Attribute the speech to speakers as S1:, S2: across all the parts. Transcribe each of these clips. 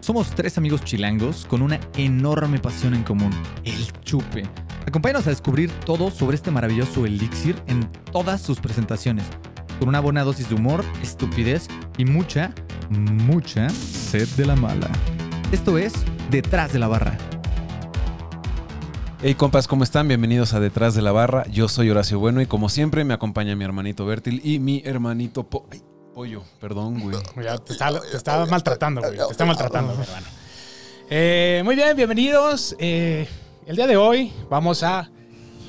S1: Somos tres amigos chilangos con una enorme pasión en común, el chupe. Acompáñanos a descubrir todo sobre este maravilloso elixir en todas sus presentaciones, con una buena dosis de humor, estupidez y mucha, mucha sed de la mala. Esto es Detrás de la Barra.
S2: Hey compas, ¿cómo están? Bienvenidos a Detrás de la Barra. Yo soy Horacio Bueno y como siempre me acompaña mi hermanito Bertil y mi hermanito Po- ay, Pollo. Perdón, güey.
S3: Ya, te está, te está maltratando, güey. Te está maltratando, mi hermano. Eh, muy bien, bienvenidos. Eh, el día de hoy vamos a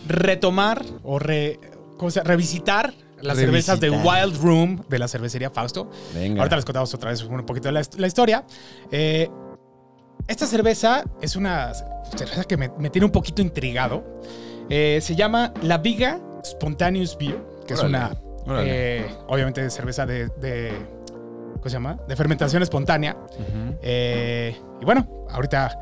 S3: retomar o re- ¿cómo se llama? revisitar las cervezas de
S1: Revisitar.
S3: Wild Room de la cervecería Fausto.
S2: Venga.
S3: Ahorita les contamos otra vez un poquito de la, la historia. Eh, esta cerveza es una cerveza que me, me tiene un poquito intrigado. Eh, se llama La Viga Spontaneous Beer, que es
S2: Órale,
S3: una,
S2: órale.
S3: eh, obviamente, cerveza de, de- ¿cómo se llama? De fermentación espontánea.
S2: Ujú.
S3: Eh, y bueno, ahorita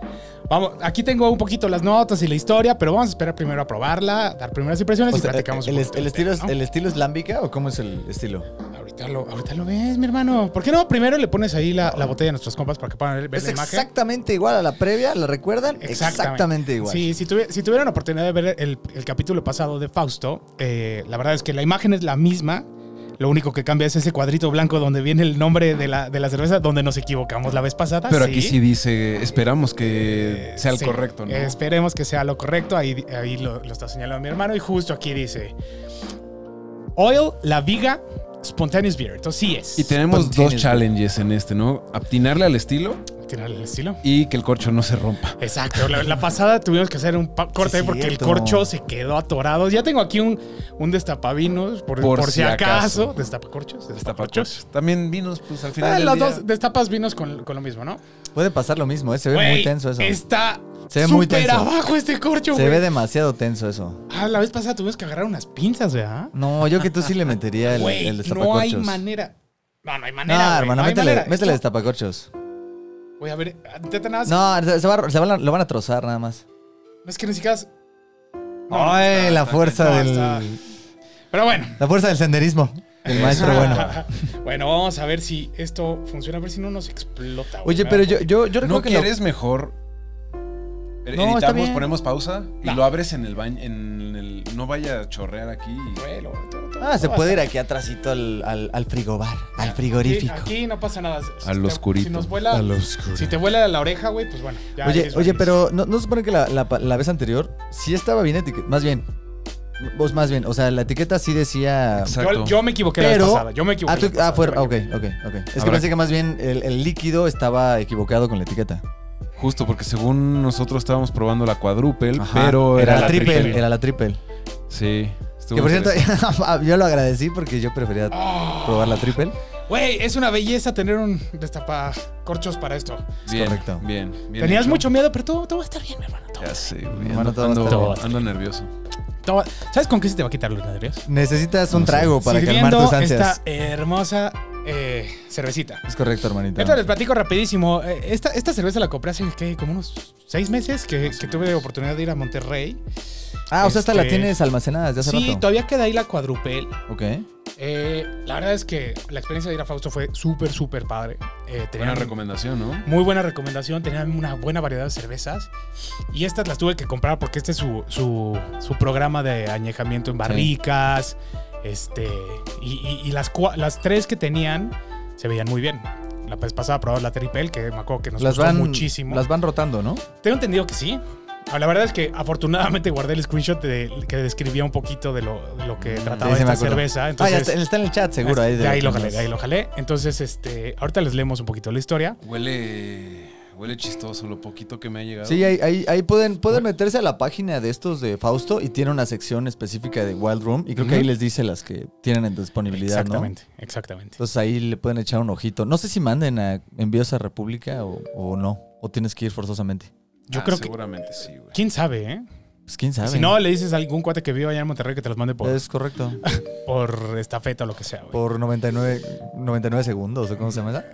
S3: vamos. Aquí tengo un poquito las notas y la historia, pero vamos a esperar primero a probarla, dar primeras impresiones
S4: O
S3: y
S4: sea,
S3: Pues platicamos
S4: el,
S3: un
S4: el-
S3: poquito
S4: el
S3: del
S4: estilo es,
S3: tema, ¿no?
S4: ¿El estilo es lámbica o cómo es el estilo?
S3: Ahorita lo, ahorita lo ves, mi hermano. ¿Por qué no? Primero le pones ahí la, la botella a nuestros compas para que puedan ver
S4: Es
S3: la imagen.
S4: exactamente igual a la previa, ¿la recuerdan?
S3: Exactamente.
S4: Exactamente, igual.
S3: Sí, si, tuvi- si tuvieran oportunidad de ver el, el capítulo pasado de Fausto, eh, la verdad es que la imagen es la misma. Lo único que cambia es ese cuadrito blanco donde viene el nombre de la, de la cerveza, donde nos equivocamos la vez pasada.
S2: Pero aquí sí dice, esperamos
S4: Eh,
S2: que sea el
S3: Sí,
S2: correcto, ¿no?
S3: Esperemos que sea lo correcto. Ahí, ahí lo, lo está señalando mi hermano. Y justo aquí dice: Oil, la viga, spontaneous beer. Entonces sí es.
S2: Y tenemos dos
S4: Spontaneous.
S2: challenges en este, ¿no? Aptinarle al estilo
S3: Tiene el estilo.
S2: y que el corcho no se rompa.
S3: Exacto, la, la pasada tuvimos que hacer un pa- corte
S4: Sí,
S3: porque el
S4: cierto.
S3: corcho se quedó atorado. Ya tengo aquí un, un destapavinos por,
S2: Por
S3: por
S2: si
S3: si, acaso.
S2: acaso.
S3: ¿Destapacorchos?
S2: Destapacorchos. También vinos, pues al
S4: Ah,
S2: final.
S3: Eh,
S2: del
S3: las
S2: día-
S3: dos destapas vinos con, con lo mismo, ¿no?
S4: Puede pasar lo mismo, ¿eh? se ve
S3: Güey,
S4: muy tenso eso.
S3: Está
S4: Se ve muy
S3: súper
S4: tenso.
S3: abajo este corcho,
S4: Se ve
S3: güey.
S4: demasiado tenso eso.
S3: Ah, la vez pasada tuvimos que agarrar unas pinzas, ¿verdad?
S4: No, yo que tú sí le metería el,
S3: Güey,
S4: el
S3: no hay
S4: destapacorchos.
S3: manera. No, no hay manera.
S4: No,
S3: güey,
S4: hermano,
S3: no hay
S4: métele,
S3: manera.
S4: métele
S3: Esto-
S4: destapacorchos.
S3: Güey, a ver, intenta nada. No.
S4: No, se, se va- se va- lo van a trozar nada más.
S3: es que ni siquiera. es- No,
S4: Ay, la fuerza
S3: no,
S4: del.
S3: está- Pero bueno.
S4: La fuerza del senderismo. El maestro bueno.
S3: Bueno, vamos a ver si esto funciona, a ver si no nos explota. güey.
S4: Oye, pero yo, yo, yo recuerdo
S2: ¿No
S4: que. la-
S2: quieres mejor? e-
S4: No, está
S2: Editamos,
S4: bien.
S2: ponemos pausa y
S3: No.
S2: lo abres en el baño. En el, no vaya a chorrear aquí. y-
S3: Güey, lo- todo- todo-
S4: Ah, se
S3: todo
S4: puede ir
S3: va a
S4: aquí atrásito al, al, al frigobar, al
S3: estar- aquí-
S4: frigorífico.
S3: Aquí no pasa nada. Si
S2: Al
S3: te-
S2: oscurito.
S3: Si nos vuela.
S4: Al oscuro.
S3: Si te vuela la oreja, güey, pues bueno. ya
S4: Oye,
S3: es
S4: oye,
S3: bueno.
S4: pero ¿no, no se supone que la, la pa- la vez anterior sí estaba bien etiqueta? Más bien, vos más bien, o sea, la etiqueta sí decía...
S2: Exacto.
S3: Yo, yo me equivoqué la vez
S4: Pero-
S3: pasada. Yo me equivoqué.
S4: Ah, tú-
S3: la vez
S4: ah,
S3: pasada,
S4: fue,
S3: yo me
S4: ah, ok,
S3: equivoqué.
S4: ok, ok. Es que
S2: Habrá-
S4: pensé que más bien el, el líquido estaba equivocado con la etiqueta.
S2: Justo porque según nosotros estábamos probando la cuadruple, pero
S4: era,
S2: era
S4: la triple,
S3: triple.
S4: era la triple.
S2: Sí. estuvo
S4: Que por cierto, ah,
S2: interesante.
S4: yo lo agradecí porque yo prefería
S3: Ah,
S4: probar la triple.
S3: Güey, es una belleza tener un destapacorchos para esto.
S2: bien,
S4: correcto.
S2: Bien, bien
S3: Tenías
S2: hecho.
S3: mucho miedo, pero todo, todo va a estar bien, mi hermano. todo va
S2: Ya
S3: a estar
S2: sé,
S3: bien.
S2: güey.
S4: Hermano,
S2: Ando,
S4: todo va a estar
S2: ando-
S3: bien.
S2: ando nervioso.
S3: Todo va- ¿Sabes con qué se te va a quitar los nervios?
S4: Necesitas un trago para calmar
S3: Sirviendo
S4: tus ansias.
S3: esta hermosa eh, cervecita.
S4: Es correcto, hermanito.
S3: Ahorita les platico rapidísimo. Eh, Esta, esta cerveza la compré hace ¿qué? como unos seis meses que, que tuve oportunidad de ir a Monterrey.
S4: Ah, o sea, esta la
S3: este-
S4: tienes almacenada desde hace
S3: Sí,
S4: rato.
S3: todavía queda ahí la cuadrupel.
S4: Ok.
S3: Eh, la verdad es que la experiencia de ir a Fausto fue súper, súper padre. Eh,
S2: Buena
S3: tenían
S2: recomendación, ¿no?
S3: muy buena recomendación, tenían una buena variedad de cervezas. Y estas las tuve que comprar porque este es su, su, su programa de añejamiento en barricas. Este, y y- y las, cua- las tres que tenían se veían muy bien. La vez pasada probamos la Tripel, que me acuerdo que nos
S4: Las
S3: gustó
S4: van,
S3: muchísimo.
S4: las van rotando, ¿no?
S3: Tengo entendido que sí. Ah, La verdad es que afortunadamente guardé el screenshot de- que describía un poquito de lo, de lo que trataba
S4: Sí, sí
S3: esta
S4: me acuerdo.
S3: cerveza.
S4: Ah, ya
S3: Entonces, este,
S4: está, está en el chat, seguro.
S3: de, ahí lo
S4: los-
S3: jalé, de ahí lo jalé. Entonces, este, ahorita les leemos un poquito la historia.
S2: Huele, huele chistoso lo poquito que me ha llegado.
S4: Sí, ahí, ahí, ahí pueden, pueden meterse a la página de estos de Fausto y tiene una sección específica de Wild Room y creo que ahí les dice las que tienen en disponibilidad, ¿no?
S3: exactamente, exactamente.
S4: Entonces ahí le pueden echar un ojito. No sé si manden a envíos a República o, o no. O tienes que ir forzosamente.
S3: Yo
S2: Ah,
S3: creo que.
S2: Seguramente sí, güey.
S3: ¿Quién sabe, eh?
S4: Pues quién sabe.
S3: Si no, le dices a algún cuate que vive allá en Monterrey que te los mande por,
S4: Es correcto.
S3: por estafeta o lo que sea, güey.
S4: Por 99, 99 segundos, ¿o ¿cómo se llama esa?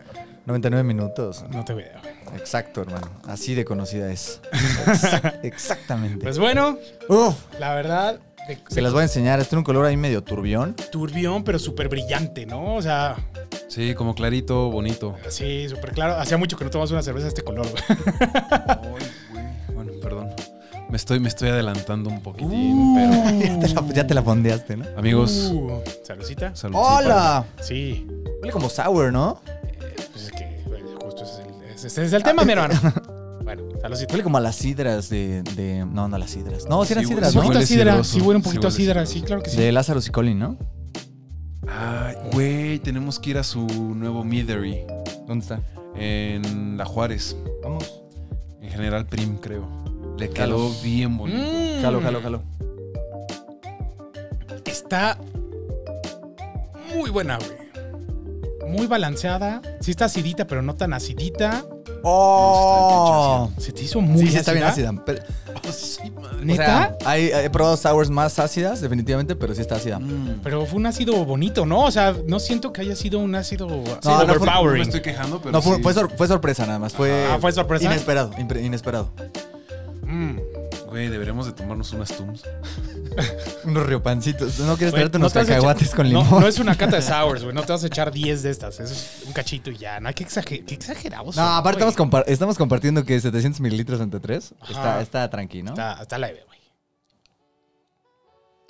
S4: 99 minutos.
S3: No te veo.
S4: Exacto, hermano. Así de conocida es. Exact- exactamente.
S3: Pues bueno,
S4: Uf,
S3: la verdad. de-
S4: se
S3: de
S4: las voy a enseñar. Este tiene un color ahí medio turbión.
S3: turbión, pero súper brillante, ¿no? O sea,
S2: Sí, como clarito, bonito.
S3: Sí, súper claro. Hacía mucho que no tomamos una cerveza de este color, güey.
S2: Bueno, perdón. Me estoy, me estoy adelantando un poquitín, pero.
S4: Ya te, la, ya te la fondeaste, ¿no?
S2: Amigos,
S3: Uh, ¿Saludcita?
S2: salud.
S4: ¡Hola!
S3: Sí.
S4: Huele como sour, ¿no?
S3: Pues es que bueno, justo ese es el, ese- ese es el tema, mi hermano. Bueno, saludcita.
S4: Huele como a las sidras de. de- no, no a las sidras. No, sí eran
S2: Sí,
S4: sidras,
S3: Sí,
S2: sí,
S4: ¿no?
S3: poquito
S2: huele
S3: a sidra.
S2: sidroso.
S3: Sí, huele un
S2: Sí,
S3: poquito a
S2: huele
S3: sidra.
S2: sidroso.
S3: Sí, claro que sí.
S4: De Lázaro y Colin, ¿no?
S2: Ay, güey, tenemos que ir a su nuevo Midery
S4: ¿Dónde está?
S2: en La Juárez.
S4: Vamos.
S2: En general, Prim, creo. Le
S4: Claro.
S2: quedó bien bonito.
S3: Mm.
S4: Jalo, jalo, jalo.
S3: Está muy buena, güey. Muy balanceada. Sí está acidita, pero no tan acidita.
S4: ¡Oh!
S3: Se te hizo muy
S4: sí, sí, está bien ácida. Pero-
S2: Oh, sí, madre.
S4: o sea,
S3: ¿Neta?
S4: hay, he probado sours más ácidas, definitivamente, pero sí está ácida.
S2: Mm.
S3: Pero fue un ácido bonito, ¿no? O sea, no siento que haya sido un ácido así
S4: no fue-
S2: No me
S3: overpowering.
S2: estoy quejando, pero.
S4: No, fue,
S2: sí.
S4: fue, sor- fue sorpresa nada más. Fue,
S3: Ah, ¿fue sorpresa?
S4: Inesperado, impre- inesperado.
S3: Mm.
S2: Güey, deberíamos de tomarnos unas Tums.
S4: Unos riopancitos. ¿No quieres
S3: Güey,
S4: traerte
S3: no
S4: unos
S3: te vas a
S4: cacahuates
S3: echar-
S4: con
S3: no-
S4: limón?
S3: No, es una cata de sours, güey. No te vas a echar 10 de estas. Eso es un cachito y ya. No hay que exagerar. Qué exagerados. son,
S4: No, aparte
S3: güey.
S4: estamos, compar- estamos compartiendo que 700 mililitros entre tres. Está,
S3: Ajá.
S4: está tranqui, ¿no?
S3: Está, está leve, güey.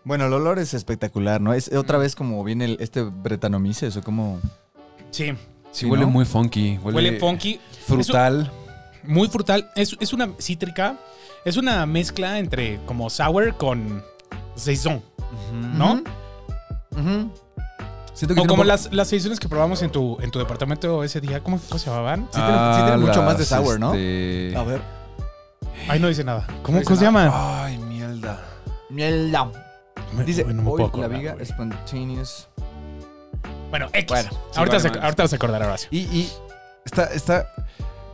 S4: Bueno, el olor es espectacular, ¿no? Es otra vez como viene el- este bretanomices o como...
S3: Sí.
S2: Sí,
S4: ¿Sí,
S2: huele
S4: no?
S2: muy funky. Huele,
S3: Huele funky.
S2: Frutal.
S3: Muy frutal. Es, es una cítrica. Es una mezcla entre como sour con saison, ¿no?
S4: Ujú. Siento
S3: O
S4: tiene
S3: como
S4: un poco-
S3: las, las saisones que probamos en tu, en tu departamento ese día. ¿Cómo, cómo se llamaban?
S4: Sí tiene- sí tiene mucho más de
S2: Ah, las,
S4: sour, ¿no? Ah,
S2: este-
S4: A ver.
S3: Ay, Ah, no dice nada. ¿Cómo,
S4: No dice
S3: cómo se llama?
S2: Ay, mierda.
S4: Mierda. Ah, Dice,
S3: Bueno, me
S4: hoy
S3: puedo
S4: la
S3: acordar,
S4: viga
S3: güey.
S4: spontaneous.
S3: Bueno, X.
S2: Bueno, sí,
S3: ahorita,
S2: vale
S3: se,
S2: madres.
S3: ahorita vas a acordar, Horacio.
S2: Y, y está, está.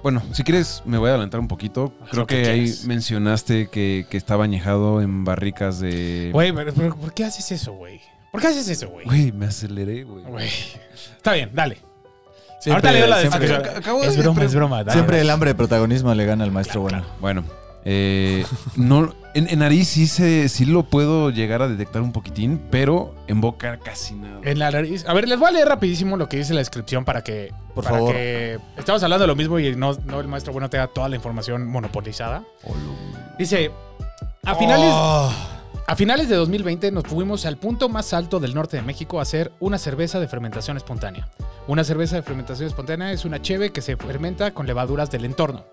S2: Bueno, si quieres, me voy a adelantar un poquito.
S4: Ah,
S3: Haz
S2: Creo
S3: lo que
S2: que, ahí
S3: quieras.
S2: mencionaste que, que estaba añejado en barricas de.
S3: Güey, pero, pero ¿por qué haces eso, güey? ¿Por qué haces eso, güey?
S2: Güey, me aceleré, güey.
S3: Güey. Está bien, dale.
S4: Siempre-
S3: Ahorita leo la
S4: siempre-
S3: descripción.
S2: Ac- acabo
S3: es
S2: de-
S3: broma, es broma. dale.
S4: Siempre el hambre de protagonismo le gana al maestro bueno.
S2: Bueno, eh, no, en, en nariz sí, se, sí lo puedo llegar a detectar un poquitín, pero en boca casi nada.
S3: En la nariz. A ver, les voy a leer rapidísimo lo que dice la descripción para que.
S4: Por
S3: para
S4: favor.
S3: que- estamos hablando de lo mismo y no, no el maestro bueno tenga toda la información monopolizada. Dice. A finales,
S4: Oh.
S3: a finales de 2020 nos fuimos al punto más alto del norte de México a hacer una cerveza de fermentación espontánea. Una cerveza de fermentación espontánea es una cheve que se fermenta con levaduras del entorno.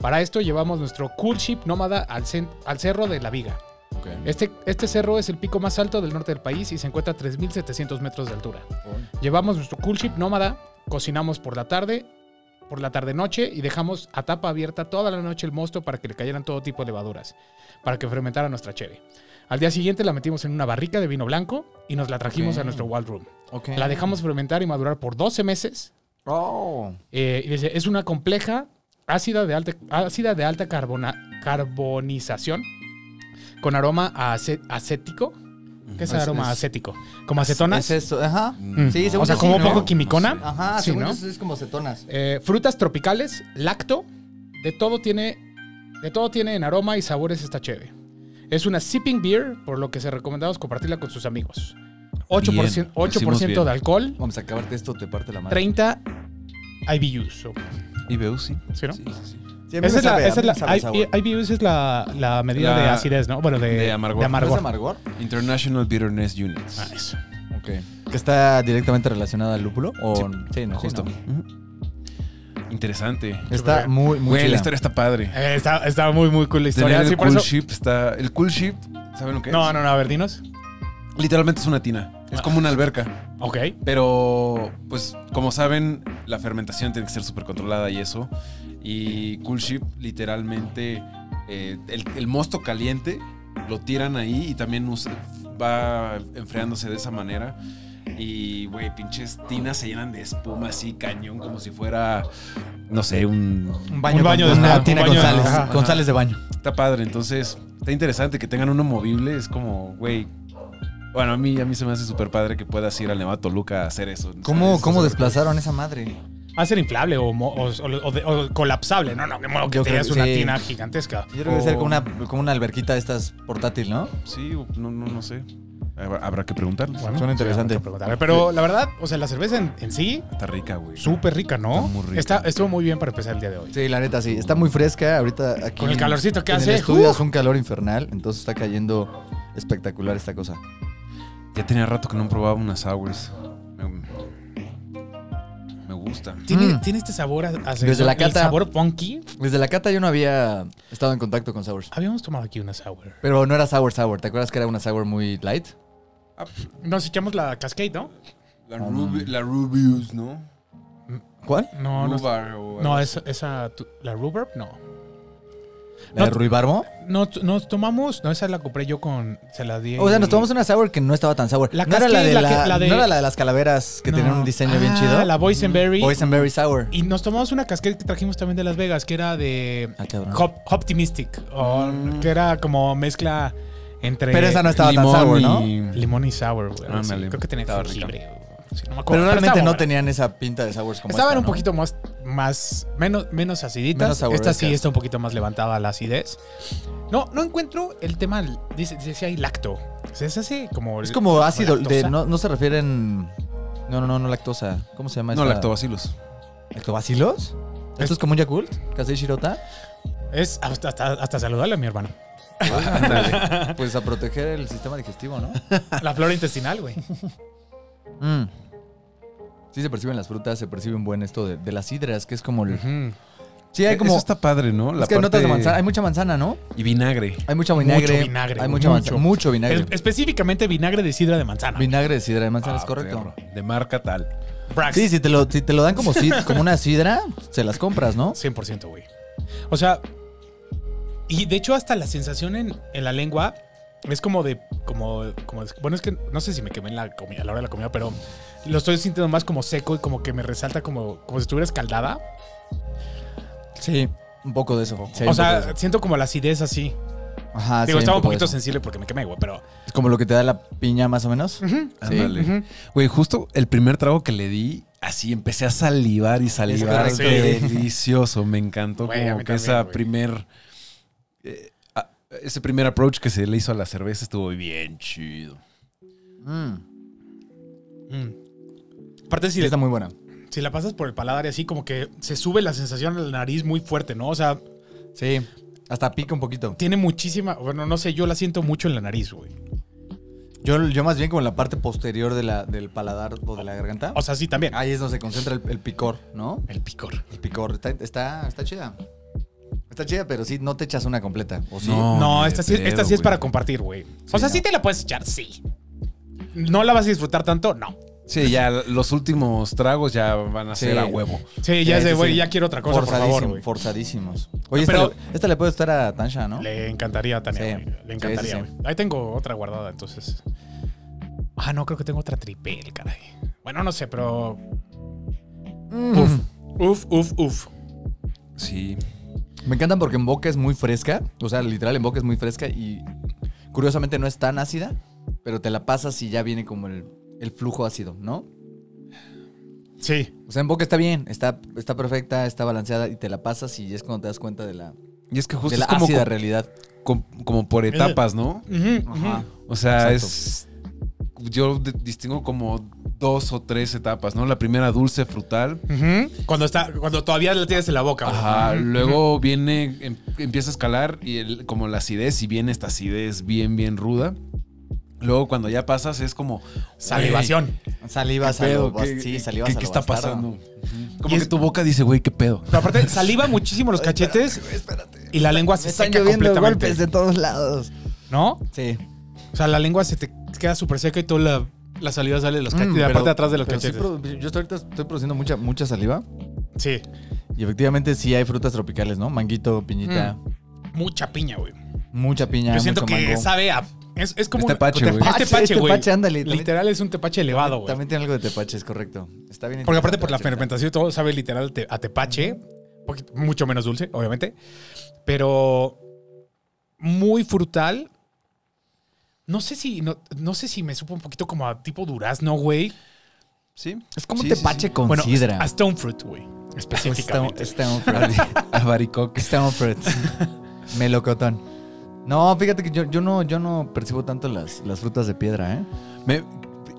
S3: Para esto llevamos nuestro cool ship nómada al, cen- al cerro de la viga. Este, este cerro es el pico más alto del norte del país y se encuentra a 3.700 metros de altura. Llevamos nuestro cool ship nómada, cocinamos por la tarde, por la tarde-noche y dejamos a tapa abierta toda la noche el mosto para que le cayeran todo tipo de levaduras, para que fermentara nuestra cheve. Al día siguiente la metimos en una barrica de vino blanco y nos la trajimos
S4: Ok.
S3: a nuestro wild room.
S4: Ok.
S3: La dejamos fermentar y madurar por 12 meses.
S4: Oh.
S3: Eh, y dice, es una compleja ácida de alta, ácida de alta carbona- carbonización con aroma a ace- acético. ¿Qué es,
S4: Es-
S3: aroma
S4: es-
S3: acético? ¿Como acetona?
S4: Es eso, ajá.
S2: Mm.
S4: Sí, según
S3: o sea,
S4: yo
S3: como
S4: sí,
S3: un
S4: ¿no?
S3: poco quimicona.
S4: Ajá,
S3: Sí,
S4: según
S3: ¿no?
S4: yo sí es como cetonas.
S3: Eh, frutas tropicales, lacto, de todo tiene, de todo tiene en aroma y sabores esta cheve. Es una sipping beer, por lo que se recomendamos compartirla con sus amigos. 8%,
S2: Bien, lo hicimos
S3: 8%
S2: bien.
S3: de alcohol,
S4: Vamos a acabarte esto, te parte la madre.
S3: 30 IBUs. o-
S2: Y veo, sí.
S3: ¿Sí, no?
S2: Sí, sí, sí.
S4: Sí, a mí
S3: Esa
S4: me
S3: es la,
S4: sabe, a
S3: esa es
S4: mí me
S3: la- eh,
S4: sabe a
S3: I-
S4: sour.
S3: IBUs es la, la medida
S2: La-
S3: de acidez, ¿no? Bueno, de,
S2: de amargor.
S3: de
S4: ¿No es
S3: amargor.
S4: de amargor?
S2: International Bitterness Units.
S3: Ah, eso.
S4: Ok. ¿Que está directamente relacionada al lúpulo? O...
S2: Sí.
S4: sí, no, sí,
S2: Justo.
S4: no.
S2: Ujú. Interesante.
S4: Está muy, muy
S2: Güey, la
S4: chida.
S2: historia está padre.
S3: Eh, está, está muy, muy cool la
S2: Tener
S3: historia.
S2: el
S3: Sí, por
S2: cool
S3: eso-
S2: ship está. El cool ship, ¿saben lo que
S3: No, Ah.
S2: es?
S3: no, no, a ver, dinos.
S2: Literalmente es una tina. Es como una alberca.
S3: Ok.
S2: Pero, pues, como saben, la fermentación tiene que ser súper controlada y eso. Y cool ship, literalmente, eh, el, el mosto caliente lo tiran ahí y también us- va enfriándose de esa manera. Y, güey, pinches tinas se llenan de espuma así, cañón, como si fuera, no sé, un
S4: Un
S3: Un baño
S4: con-
S3: de-
S4: una
S3: un
S4: tina
S3: baño de-
S4: González.
S3: ajá.
S4: González de baño.
S2: Está padre, entonces está interesante que tengan uno movible. Es como, güey. Bueno, a mí, a mí se me hace súper padre que puedas ir al Nevado Toluca a hacer eso.
S4: ¿Cómo,
S2: ¿sabes?
S4: cómo
S2: Eso es-
S4: desplazaron esa madre?
S3: Va a ser inflable o, mo- o- o- o de- o colapsable. No, no, me modo que
S4: Yo creo
S3: tengas
S4: que
S3: una
S4: sí.
S3: tina gigantesca.
S4: Yo creo que debe ser
S2: O-
S4: como una, como una alberquita de estas portátil, ¿no?
S2: Sí, o- no, no, no sé. Hab- Habrá que preguntarles.
S3: Bueno,
S4: Suena
S3: sí,
S4: interesante.
S3: habrá que preguntarle. Pero la verdad, o sea, la cerveza en, en sí,
S2: Está rica, güey.
S3: súper rica, ¿no?
S2: Está muy rica.
S3: Está- estuvo muy bien para empezar el día de hoy.
S4: Sí, la neta, sí. Está muy fresca ahorita aquí.
S3: Con el
S4: en-
S3: calorcito que
S4: en
S3: hace,
S4: El estudio
S3: ¡uh!
S4: hace un calor infernal, entonces está cayendo espectacular esta cosa.
S2: Ya tenía rato que no probaba unas sours. Me, me gusta.
S3: Tiene,
S4: Mm.
S3: tiene este sabor a, a
S4: Desde la
S3: el
S4: cata.
S3: sabor punky.
S4: Desde la cata yo no había estado en contacto con sours.
S3: Habíamos tomado aquí una sour.
S4: Pero no era sour sour. ¿Te acuerdas que era una sour muy light?
S3: Nos echamos la cascade, ¿no?
S2: La,
S4: Mm.
S2: Rubi- la Rubius, ¿no?
S4: ¿Cuál?
S3: No, no.
S2: Rubar o algo
S3: No,
S2: así.
S3: esa, esa tu- la reverb, no.
S4: ¿La de
S3: No.
S4: Ruibarbo?
S3: No, t- nos tomamos, no, esa la compré yo con, se la di.
S4: O sea, nos tomamos una sour que no estaba tan sour.
S3: La
S4: no, era la
S3: Cascade,
S4: de
S3: la
S4: la,
S3: que- la de-
S4: no era la de las calaveras que
S3: No.
S4: tenían un diseño bien
S3: Ah,
S4: chido.
S3: La Boysenberry.
S4: Boysenberry Sour.
S3: Y nos tomamos una cascade que trajimos también de Las Vegas, que era de
S4: Ah, cabrón.
S3: Hop, Optimistic, o-
S2: Mm.
S3: que era como mezcla entre
S4: Pero esa no estaba tan
S2: Limón
S4: sour, ¿no?
S2: y-
S3: limón y sour. güey, algo así.
S2: Ándale.
S3: Creo que tenía
S2: Estaba
S3: jengibre. o- sí, no me acuerdo,
S4: Pero realmente
S3: estaba
S4: no
S3: buena.
S4: tenían esa pinta de sours como
S3: Estaban
S4: esta,
S3: un
S4: ¿no?
S3: poquito más, más menos, menos
S4: Menos
S3: aciditas.
S4: saborescas.
S3: esta sí está un poquito más levantada la acidez. No, no encuentro el tema. Dice, dice ahí lacto. Se es así como.
S4: Es como ácido,
S3: lactosa.
S4: de, no, no se refieren... No, no, no, no lactosa. ¿Cómo se llama
S2: No,
S4: esa?
S2: lactobacilos.
S4: ¿Lactobacilos? ¿Esto es como un Yakult? ¿Casey Shirota?
S3: Es hasta, hasta, hasta saludarle a mi hermano.
S4: Pues a proteger el sistema digestivo, ¿no?
S3: La flora intestinal, güey.
S4: Mm. Sí se perciben las frutas, se percibe un buen esto de, de las sidras, que es como el...
S3: Ujú.
S4: Sí, hay como...
S2: E, Eso está padre, ¿no? La
S4: es que hay notas de
S2: parte-
S4: manzana. Hay mucha manzana, ¿no?
S2: Y vinagre.
S4: Hay mucho vinagre.
S3: Mucho vinagre,
S4: Hay
S3: güey,
S4: mucha
S3: mucho.
S4: manzana. Mucho vinagre.
S3: Es- específicamente vinagre de sidra de manzana.
S4: Vinagre de sidra de manzana, es
S2: Ah,
S4: correcto.
S2: perro. De marca tal.
S3: Brax.
S4: Sí, si te, lo, si te lo dan como, si- como una sidra, se las compras, ¿no?
S3: 100%, güey. O sea, y de hecho hasta la sensación en, en la lengua es como de, como, como, de- bueno, es que no sé si me quemé en la comida, a la hora de la comida, pero lo estoy sintiendo más como seco y como que me resalta como, como si estuviera escaldada.
S4: Sí. Un poco de eso. Sí, hay
S3: o
S4: un poco de
S3: sea,
S4: eso.
S3: siento como la acidez así.
S4: Ajá,
S3: Digo,
S4: sí, hay
S3: estaba un
S4: poco de
S3: poquito
S4: eso.
S3: sensible porque me quemé, güey, pero...
S4: Es como lo que te da la piña, más o menos.
S2: Ándale. Güey, justo el primer trago que le di, así empecé a salivar y salivar.
S4: correcto,
S2: Qué
S4: sí.
S2: Delicioso, me encantó
S3: Güey, a
S2: como
S3: mí
S2: que esa
S3: también, güey.
S2: primer... eh, a- ese primer approach que se le hizo a la cerveza estuvo bien chido.
S4: Mm.
S3: Mm. Aparte, si
S4: Sí,
S3: le
S4: está muy buena.
S3: si la pasas por el paladar y así, como que se sube la sensación a la nariz muy fuerte, ¿no? O sea,
S4: Sí. Hasta pica un poquito.
S3: tiene muchísima. Bueno, no sé, yo la siento mucho en la nariz, güey.
S4: Yo, yo más bien como en la parte posterior de la, del paladar o de la garganta.
S3: O sea, sí, también.
S4: Ahí es donde se concentra el, el picor, ¿no?
S3: El picor.
S4: El picor. Está, está, está chida. Está chida, pero sí, no te echas una completa. ¿O sí?
S2: No.
S3: no,
S2: ni
S3: esta
S2: de
S3: sí, esta
S2: pedo,
S3: sí es
S2: güey.
S3: para compartir, güey. o
S4: Sí,
S3: sea,
S4: no.
S3: sí te la puedes echar, sí. ¿No la vas a disfrutar tanto? No.
S2: Sí, ya los últimos tragos ya van a
S4: Sí.
S2: ser a huevo.
S3: Eh, Sí, ya
S4: Sí,
S3: sé,
S4: sí,
S3: güey,
S4: sí.
S3: ya quiero otra cosa, por favor,
S4: Forzadísimo-
S3: güey.
S4: Forzadísimos. Oye,
S3: Pero-
S4: esta, le, esta le puede estar a Tansha, ¿no?
S3: Le encantaría, Tania. güey.
S4: Sí. Sí,
S3: Le encantaría,
S4: sí,
S3: güey.
S4: sí.
S3: Ahí tengo otra guardada, entonces. Ah, no, creo que tengo otra tripel, caray. Bueno, no sé, pero.
S4: Mm.
S3: Uf, uf, uf, uf.
S2: Sí.
S4: Me encantan porque en boca es muy fresca. O sea, literal, en boca es muy fresca y curiosamente no es tan ácida, pero te la pasas y ya viene como el, el flujo ácido, ¿no?
S3: Sí.
S4: O sea, en boca está bien, está, está perfecta, está balanceada y te la pasas y es cuando te das cuenta de la,
S2: Y es que
S4: de
S2: justo
S4: la
S2: es como,
S4: ácida
S2: co-
S4: realidad.
S2: com- como por etapas, ¿no?
S3: Ujú,
S4: Ajá.
S3: ujú.
S2: O sea,
S4: Exacto.
S2: es. Yo de- distingo como dos o tres etapas, ¿no? La primera dulce, frutal.
S3: Ujú. Cuando está, cuando todavía la tienes en la boca. güey.
S2: Ajá.
S3: Ujú.
S2: Luego viene. em- empieza a escalar y el- como la acidez, y viene esta acidez bien, bien ruda. Luego cuando ya pasas es como.
S3: Salivación.
S4: Saliva,
S2: "Güey, ¿Qué pedo?
S4: saliva.
S2: ¿Qué-
S4: Sí,
S2: qué-
S4: saliva,
S2: ¿Qué,
S4: a
S2: qué
S4: lo
S2: está
S4: bastardo.
S2: pasando?
S3: Y
S2: Como que
S3: es-
S2: tu boca dice, güey, qué pedo.
S3: Pero aparte, saliva muchísimo los cachetes y la lengua
S4: Me
S3: se
S4: están
S3: seca
S4: lloviendo
S3: completamente.
S4: golpes de todos lados.
S3: ¿No?
S4: Sí.
S3: O sea, la lengua se te queda súper seca y toda la, la saliva sale de los cachetes.
S4: Mm,
S3: de la
S4: pero-
S3: parte de atrás de los
S4: pero sí
S3: cachetes.
S4: produ- yo estoy ahorita estoy produciendo mucha, mucha saliva
S3: Sí.
S4: y efectivamente sí hay frutas tropicales, ¿no? Manguito, piñita,
S3: Mucha piña, güey.
S4: mucha piña,
S3: Mm. Yo siento
S4: mucho
S3: que
S4: mango.
S3: sabe a. Es, es como.
S2: Es tepache, güey.
S3: Es tepache,
S4: Este
S3: güey.
S4: tepache, ándale, también-
S3: Literal es un tepache elevado, güey.
S4: También tiene algo de tepache, es correcto. Está bien.
S3: Porque aparte por la
S4: interesante
S3: fermentación y todo sabe literal te- a tepache, poquito- mucho menos dulce, obviamente, pero muy frutal. No sé si no, no sé si me supo un poquito como a tipo durazno, güey.
S2: Sí.
S4: la- Es como
S2: Sí,
S4: un
S2: sí, sí.
S4: tepache con sidra.
S3: a stone fruit, güey, específicamente.
S4: Stone Fruit.
S2: Albaricoque.
S4: Stone Fruit. Melocotón. No, fíjate que yo, yo no, yo no percibo tanto las, las frutas de piedra, ¿eh?
S2: Me-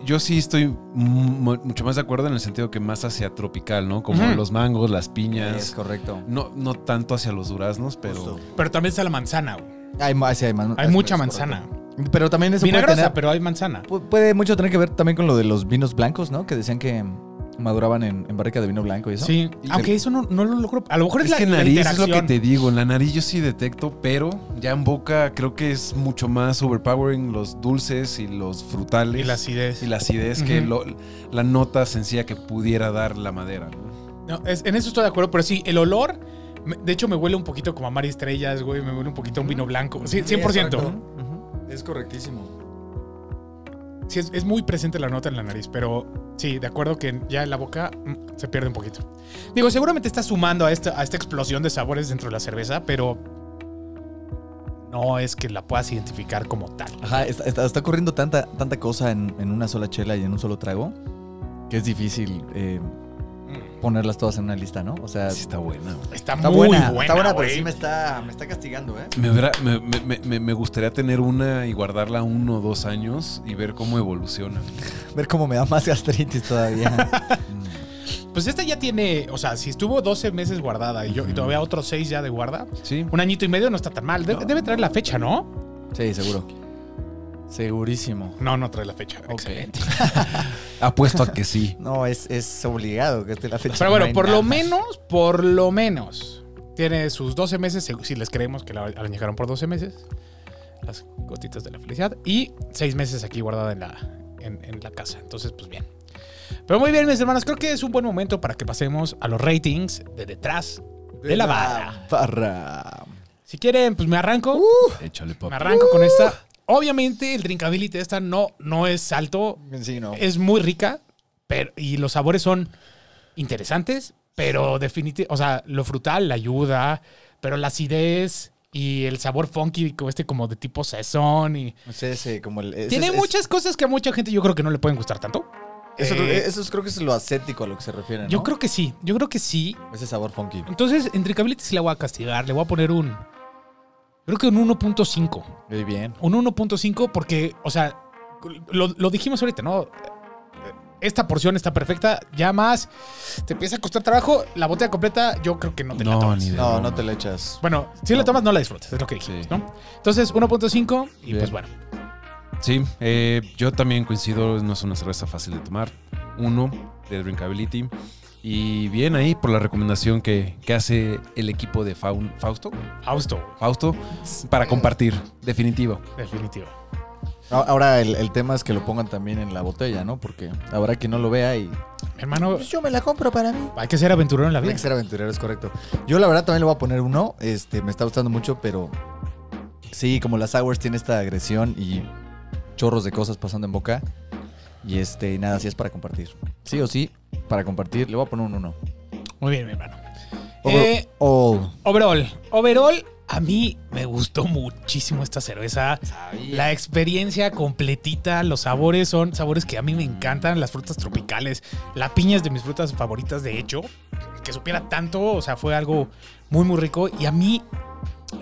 S2: yo sí estoy mu- mucho más de acuerdo en el sentido que más hacia tropical, ¿no? Como
S3: Ujú.
S2: los mangos, las piñas.
S4: correcto.
S2: No, no tanto hacia los duraznos, pero.
S4: Justo.
S3: Pero también está la manzana, güey.
S4: Hay, ma- sí, hay, man-
S2: Ah,
S3: Hay
S4: es-
S3: mucha
S4: es
S3: manzana.
S4: correcto. Pero también eso puede,
S3: Milagrosa,
S4: tener-
S3: pero hay manzana.
S4: pu- puede mucho tener que ver también con lo de los vinos blancos, ¿no? Que decían que maduraban en, en barrica de vino blanco y eso.
S3: Sí,
S2: Y-
S3: aunque eso no, no lo logro. A lo mejor es,
S2: Es
S3: la,
S2: que en
S3: la
S2: nariz es lo que
S3: interacción.
S2: te digo. En la nariz yo sí detecto, pero ya en boca creo que es mucho más overpowering los dulces y los frutales.
S3: Y la acidez.
S2: y la acidez que
S3: Ujú.
S2: lo- la nota sencilla que pudiera dar la madera. ¿no?
S3: No, es- en eso estoy de acuerdo, pero sí, el olor. me- De hecho, me huele un poquito como a mar y estrellas, güey. Me huele un poquito a un vino blanco. Sí, 100%.
S4: Es correctísimo.
S3: Sí, es, es muy presente la nota en la nariz, pero sí, de acuerdo que ya en la boca mm, se pierde un poquito. Digo, seguramente está sumando a esta, a esta explosión de sabores dentro de la cerveza, pero no es que la puedas identificar como tal.
S4: Ajá, está, está- está ocurriendo tanta, tanta cosa en, en una sola chela y en un solo trago que es difícil eh, ponerlas todas en una lista, ¿no? O sea,
S2: Sí está buena. güey.
S3: Está,
S4: está
S3: muy
S4: buena,
S3: buena.
S4: Está buena,
S3: güey.
S4: pero sí me está, me está castigando, ¿eh?
S2: Me, hubiera- me- me- me- me gustaría tener una y guardarla uno o dos años y ver cómo evoluciona.
S4: Ver cómo me da más gastritis todavía.
S3: Pues esta ya tiene, o sea, si estuvo 12 meses guardada y, yo, y todavía otros 6 ya de guarda,
S2: Sí.
S3: un añito y medio no está tan mal. De-
S2: No.
S3: Debe traer la fecha, ¿no?
S4: sí, seguro. Segurísimo.
S3: No, no trae la fecha. Excelente.
S2: Apuesto a que sí.
S4: No, es, es obligado que esté la fecha.
S3: Pero
S4: No
S3: bueno,
S4: hay
S3: por
S4: nada
S3: lo
S4: más.
S3: menos, por lo menos, tiene sus 12 meses, seg- si les creemos que la añejaron por 12 meses, las gotitas de la felicidad, y 6 meses aquí guardada en la, en, en la casa. Entonces, pues bien. Pero muy bien, mis hermanos, creo que es un buen momento para que pasemos a los ratings de detrás de, la barra.
S4: barra.
S3: Si quieren, pues me arranco.
S4: Uh,
S2: Échale,
S3: Me
S2: papá.
S3: arranco con esta. Obviamente el drinkability de esta no, no es alto,
S4: Sí, no.
S3: es muy rica pero, y los sabores son interesantes, pero definitivamente, o sea, lo frutal la ayuda, pero la acidez y el sabor funky como este como de tipo sazón y
S4: Sí, sí, como el- es-
S3: tiene
S4: es-
S3: muchas cosas que a mucha gente yo creo que no le pueden gustar tanto.
S4: Eso,
S3: Eh,
S4: creo, que- eso es- creo que es lo ascético a lo que se refiere, ¿no?
S3: Yo creo que sí, yo creo que sí.
S4: Ese sabor funky.
S3: Entonces, en drinkability sí la voy a castigar, le voy a poner un creo que un 1.5.
S4: Muy bien.
S3: Un 1.5 porque, o sea, lo, lo dijimos ahorita, ¿no? Esta porción está perfecta, ya más te empieza a costar trabajo, la botella completa yo creo que no te la
S2: No,
S3: tomas.
S2: ni de-
S4: No,
S2: broma.
S4: no te lo echas.
S3: Bueno, si la tomas no la disfrutas, es lo que dijimos,
S2: Sí.
S3: ¿no? Entonces 1.5 y
S4: Bien.
S3: pues bueno,
S2: Sí, eh, yo también coincido, no es una cerveza fácil de tomar. Uno, de Drinkability. Y bien ahí por la recomendación que, que hace el equipo de Faun- Fausto.
S3: Fausto,
S2: Fausto, para compartir, definitivo.
S3: definitivo.
S4: A- Ahora el, el tema es que lo pongan también en la botella, ¿no? Porque habrá quien no lo vea y. pues,
S3: Mi hermano,
S4: yo me la compro para mí.
S3: hay que ser aventurero en la
S4: Tiene
S3: vida.
S4: que ser aventurero, es correcto. Yo la verdad también le voy a poner uno. Este, me está gustando mucho, pero sí, como las hours tiene esta agresión y chorros de cosas pasando en boca. Y este, y nada, sí es para compartir. Sí o sí, para compartir, le voy a poner un uno.
S3: Muy bien, mi hermano.
S4: Over-
S3: Eh,
S4: all.
S3: overall, overall, a mí me gustó muchísimo esta cerveza. La experiencia completita, los sabores son sabores que a mí me encantan, las frutas tropicales, la piña es de mis frutas favoritas de hecho, que supiera tanto, o sea, fue algo muy muy rico y a mí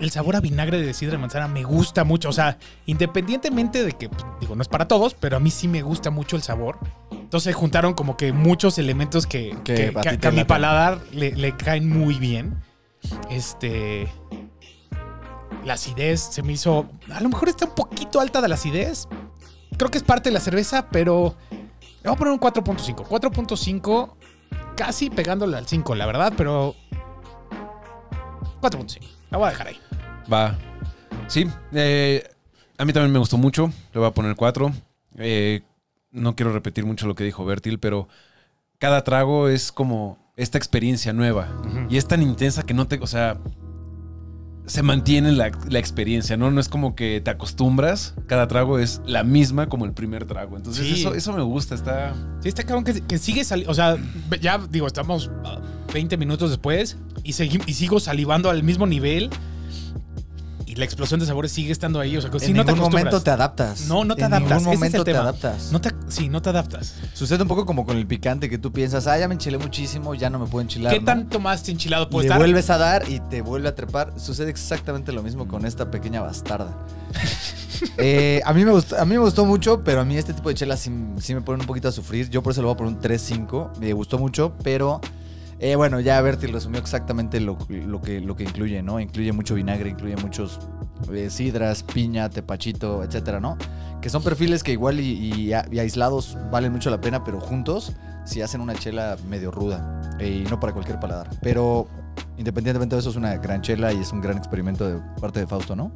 S3: el sabor a vinagre de sidra de manzana me gusta mucho, o sea, independientemente de que, pues, digo, no es para todos, pero a mí sí me gusta mucho el sabor. Entonces juntaron como que muchos elementos que,
S4: Que
S3: que-
S4: a
S3: que-
S4: ti te
S3: que a mi
S4: laten.
S3: paladar le, le caen muy bien. Este la acidez se me hizo. A lo mejor está un poquito alta de la acidez. Creo que es parte de la cerveza, pero le voy a poner un 4.5. 4.5, casi pegándole al 5, la verdad, pero 4.5. La voy a dejar ahí.
S2: Va. Sí, eh, a mí también me gustó mucho. Le voy a poner cuatro. Eh, no quiero repetir mucho lo que dijo Bertil, pero cada trago es como esta experiencia nueva. Y es tan intensa que no te. O sea. Se mantiene la, la experiencia, ¿no? No es como que te acostumbras. Cada trago es la misma como el primer trago. Entonces,
S3: Sí.
S2: eso, eso me gusta. Está.
S3: Sí, está este cabrón que, que sigue saliendo. O sea, ve- ya digo, estamos ah, 20 minutos después y, segui- y sigo salivando al mismo nivel. Y y la explosión de sabores sigue estando ahí. O sea, que si pues
S4: en
S3: no te
S4: ningún momento
S3: acostumbras.
S4: te adaptas.
S3: No, no te
S4: En
S3: adaptas, ese
S4: ningún
S3: es el
S4: momento te
S3: tema.
S4: adaptas.
S3: No te, sí, no te adaptas.
S4: Sucede un poco como con el picante que tú piensas, ah, ya me enchilé muchísimo, ya no me puedo enchilar.
S3: ¿Qué
S4: ¿no?
S3: tanto más enchilado
S4: Le
S3: puede estar?
S4: vuelves a dar y te vuelve a trepar. Sucede exactamente lo mismo con esta pequeña bastarda. Eh, a, mí me gustó, a mí me gustó mucho, pero a mí este tipo de chelas sí, sí me ponen un poquito a sufrir. Yo por eso le voy a poner un 3-5. Me gustó mucho, pero eh, bueno, ya Bertil resumió exactamente lo, lo que, lo que incluye, ¿no? Incluye mucho vinagre, incluye muchos eh, sidras, piña, tepachito, etcétera, ¿no? Que son perfiles que igual y, y a- y aislados valen mucho la pena, pero juntos si hacen una chela medio ruda eh, y no para cualquier paladar. Pero independientemente de eso, es una gran chela y es un gran experimento de parte de Fausto, ¿no?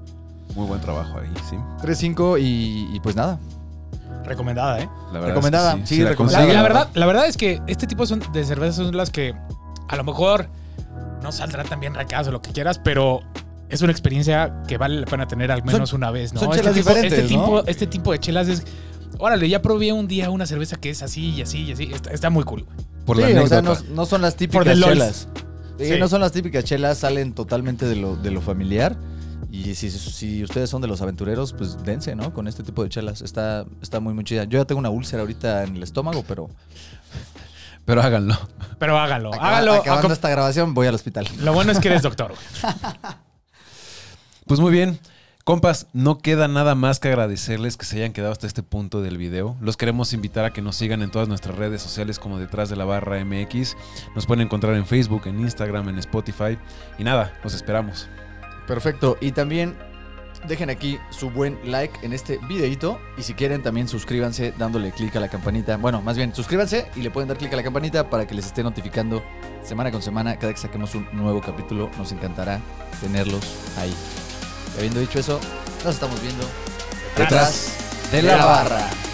S2: Muy buen trabajo ahí, sí.
S4: 3-5 y, y pues nada.
S3: Recomendada, ¿eh?
S2: La verdad es que
S4: Recomendada, sí,
S2: la
S4: recomendada.
S3: La,
S4: Sí,
S2: consigue.
S3: la
S4: la
S3: verdad, la verdad es que este tipo son- de cervezas son las que a lo mejor no saldrán tan bien racadas o lo que quieras, pero es una experiencia que vale la pena tener al menos una vez, ¿no?
S4: son
S3: este
S4: chelas
S3: tipo,
S4: diferentes,
S3: este
S4: ¿no?
S3: tipo- este tipo de chelas es. Órale, ya probé un día una cerveza que es así y así y así. Está, está muy cool.
S4: Por
S1: la
S4: o sea, no,
S1: anécdota.
S4: no son las típicas
S3: the lols.
S4: chelas. Sí,
S3: Sí.
S4: no son las típicas chelas, salen totalmente de lo, de lo familiar. Y si, si ustedes son de los aventureros, pues dense, ¿no? Con este tipo de chelas. Está, está muy, muy chida. Yo ya tengo una úlcera ahorita en el estómago, pero
S2: Pero háganlo.
S3: Pero hágalo,
S4: acaba-
S3: hágalo.
S4: acabando este-
S3: acom-
S4: esta grabación voy al hospital.
S3: Lo bueno es que eres doctor. güey.
S2: Pues muy bien. Compas, no queda nada más que agradecerles que se hayan quedado hasta este punto del video. Los queremos invitar a que nos sigan en todas nuestras redes sociales como detrás de la barra MX. Nos pueden encontrar en Facebook, en Instagram, en Spotify. Y nada, los esperamos.
S4: Perfecto. Y también dejen aquí su buen like en este videito. Y si quieren, también suscríbanse dándole clic a la campanita. Bueno, más bien, suscríbanse y le pueden dar clic a la campanita para que les esté notificando semana con semana. Cada que saquemos un nuevo capítulo, nos encantará tenerlos ahí. Y habiendo dicho eso, nos estamos viendo detrás de la barra.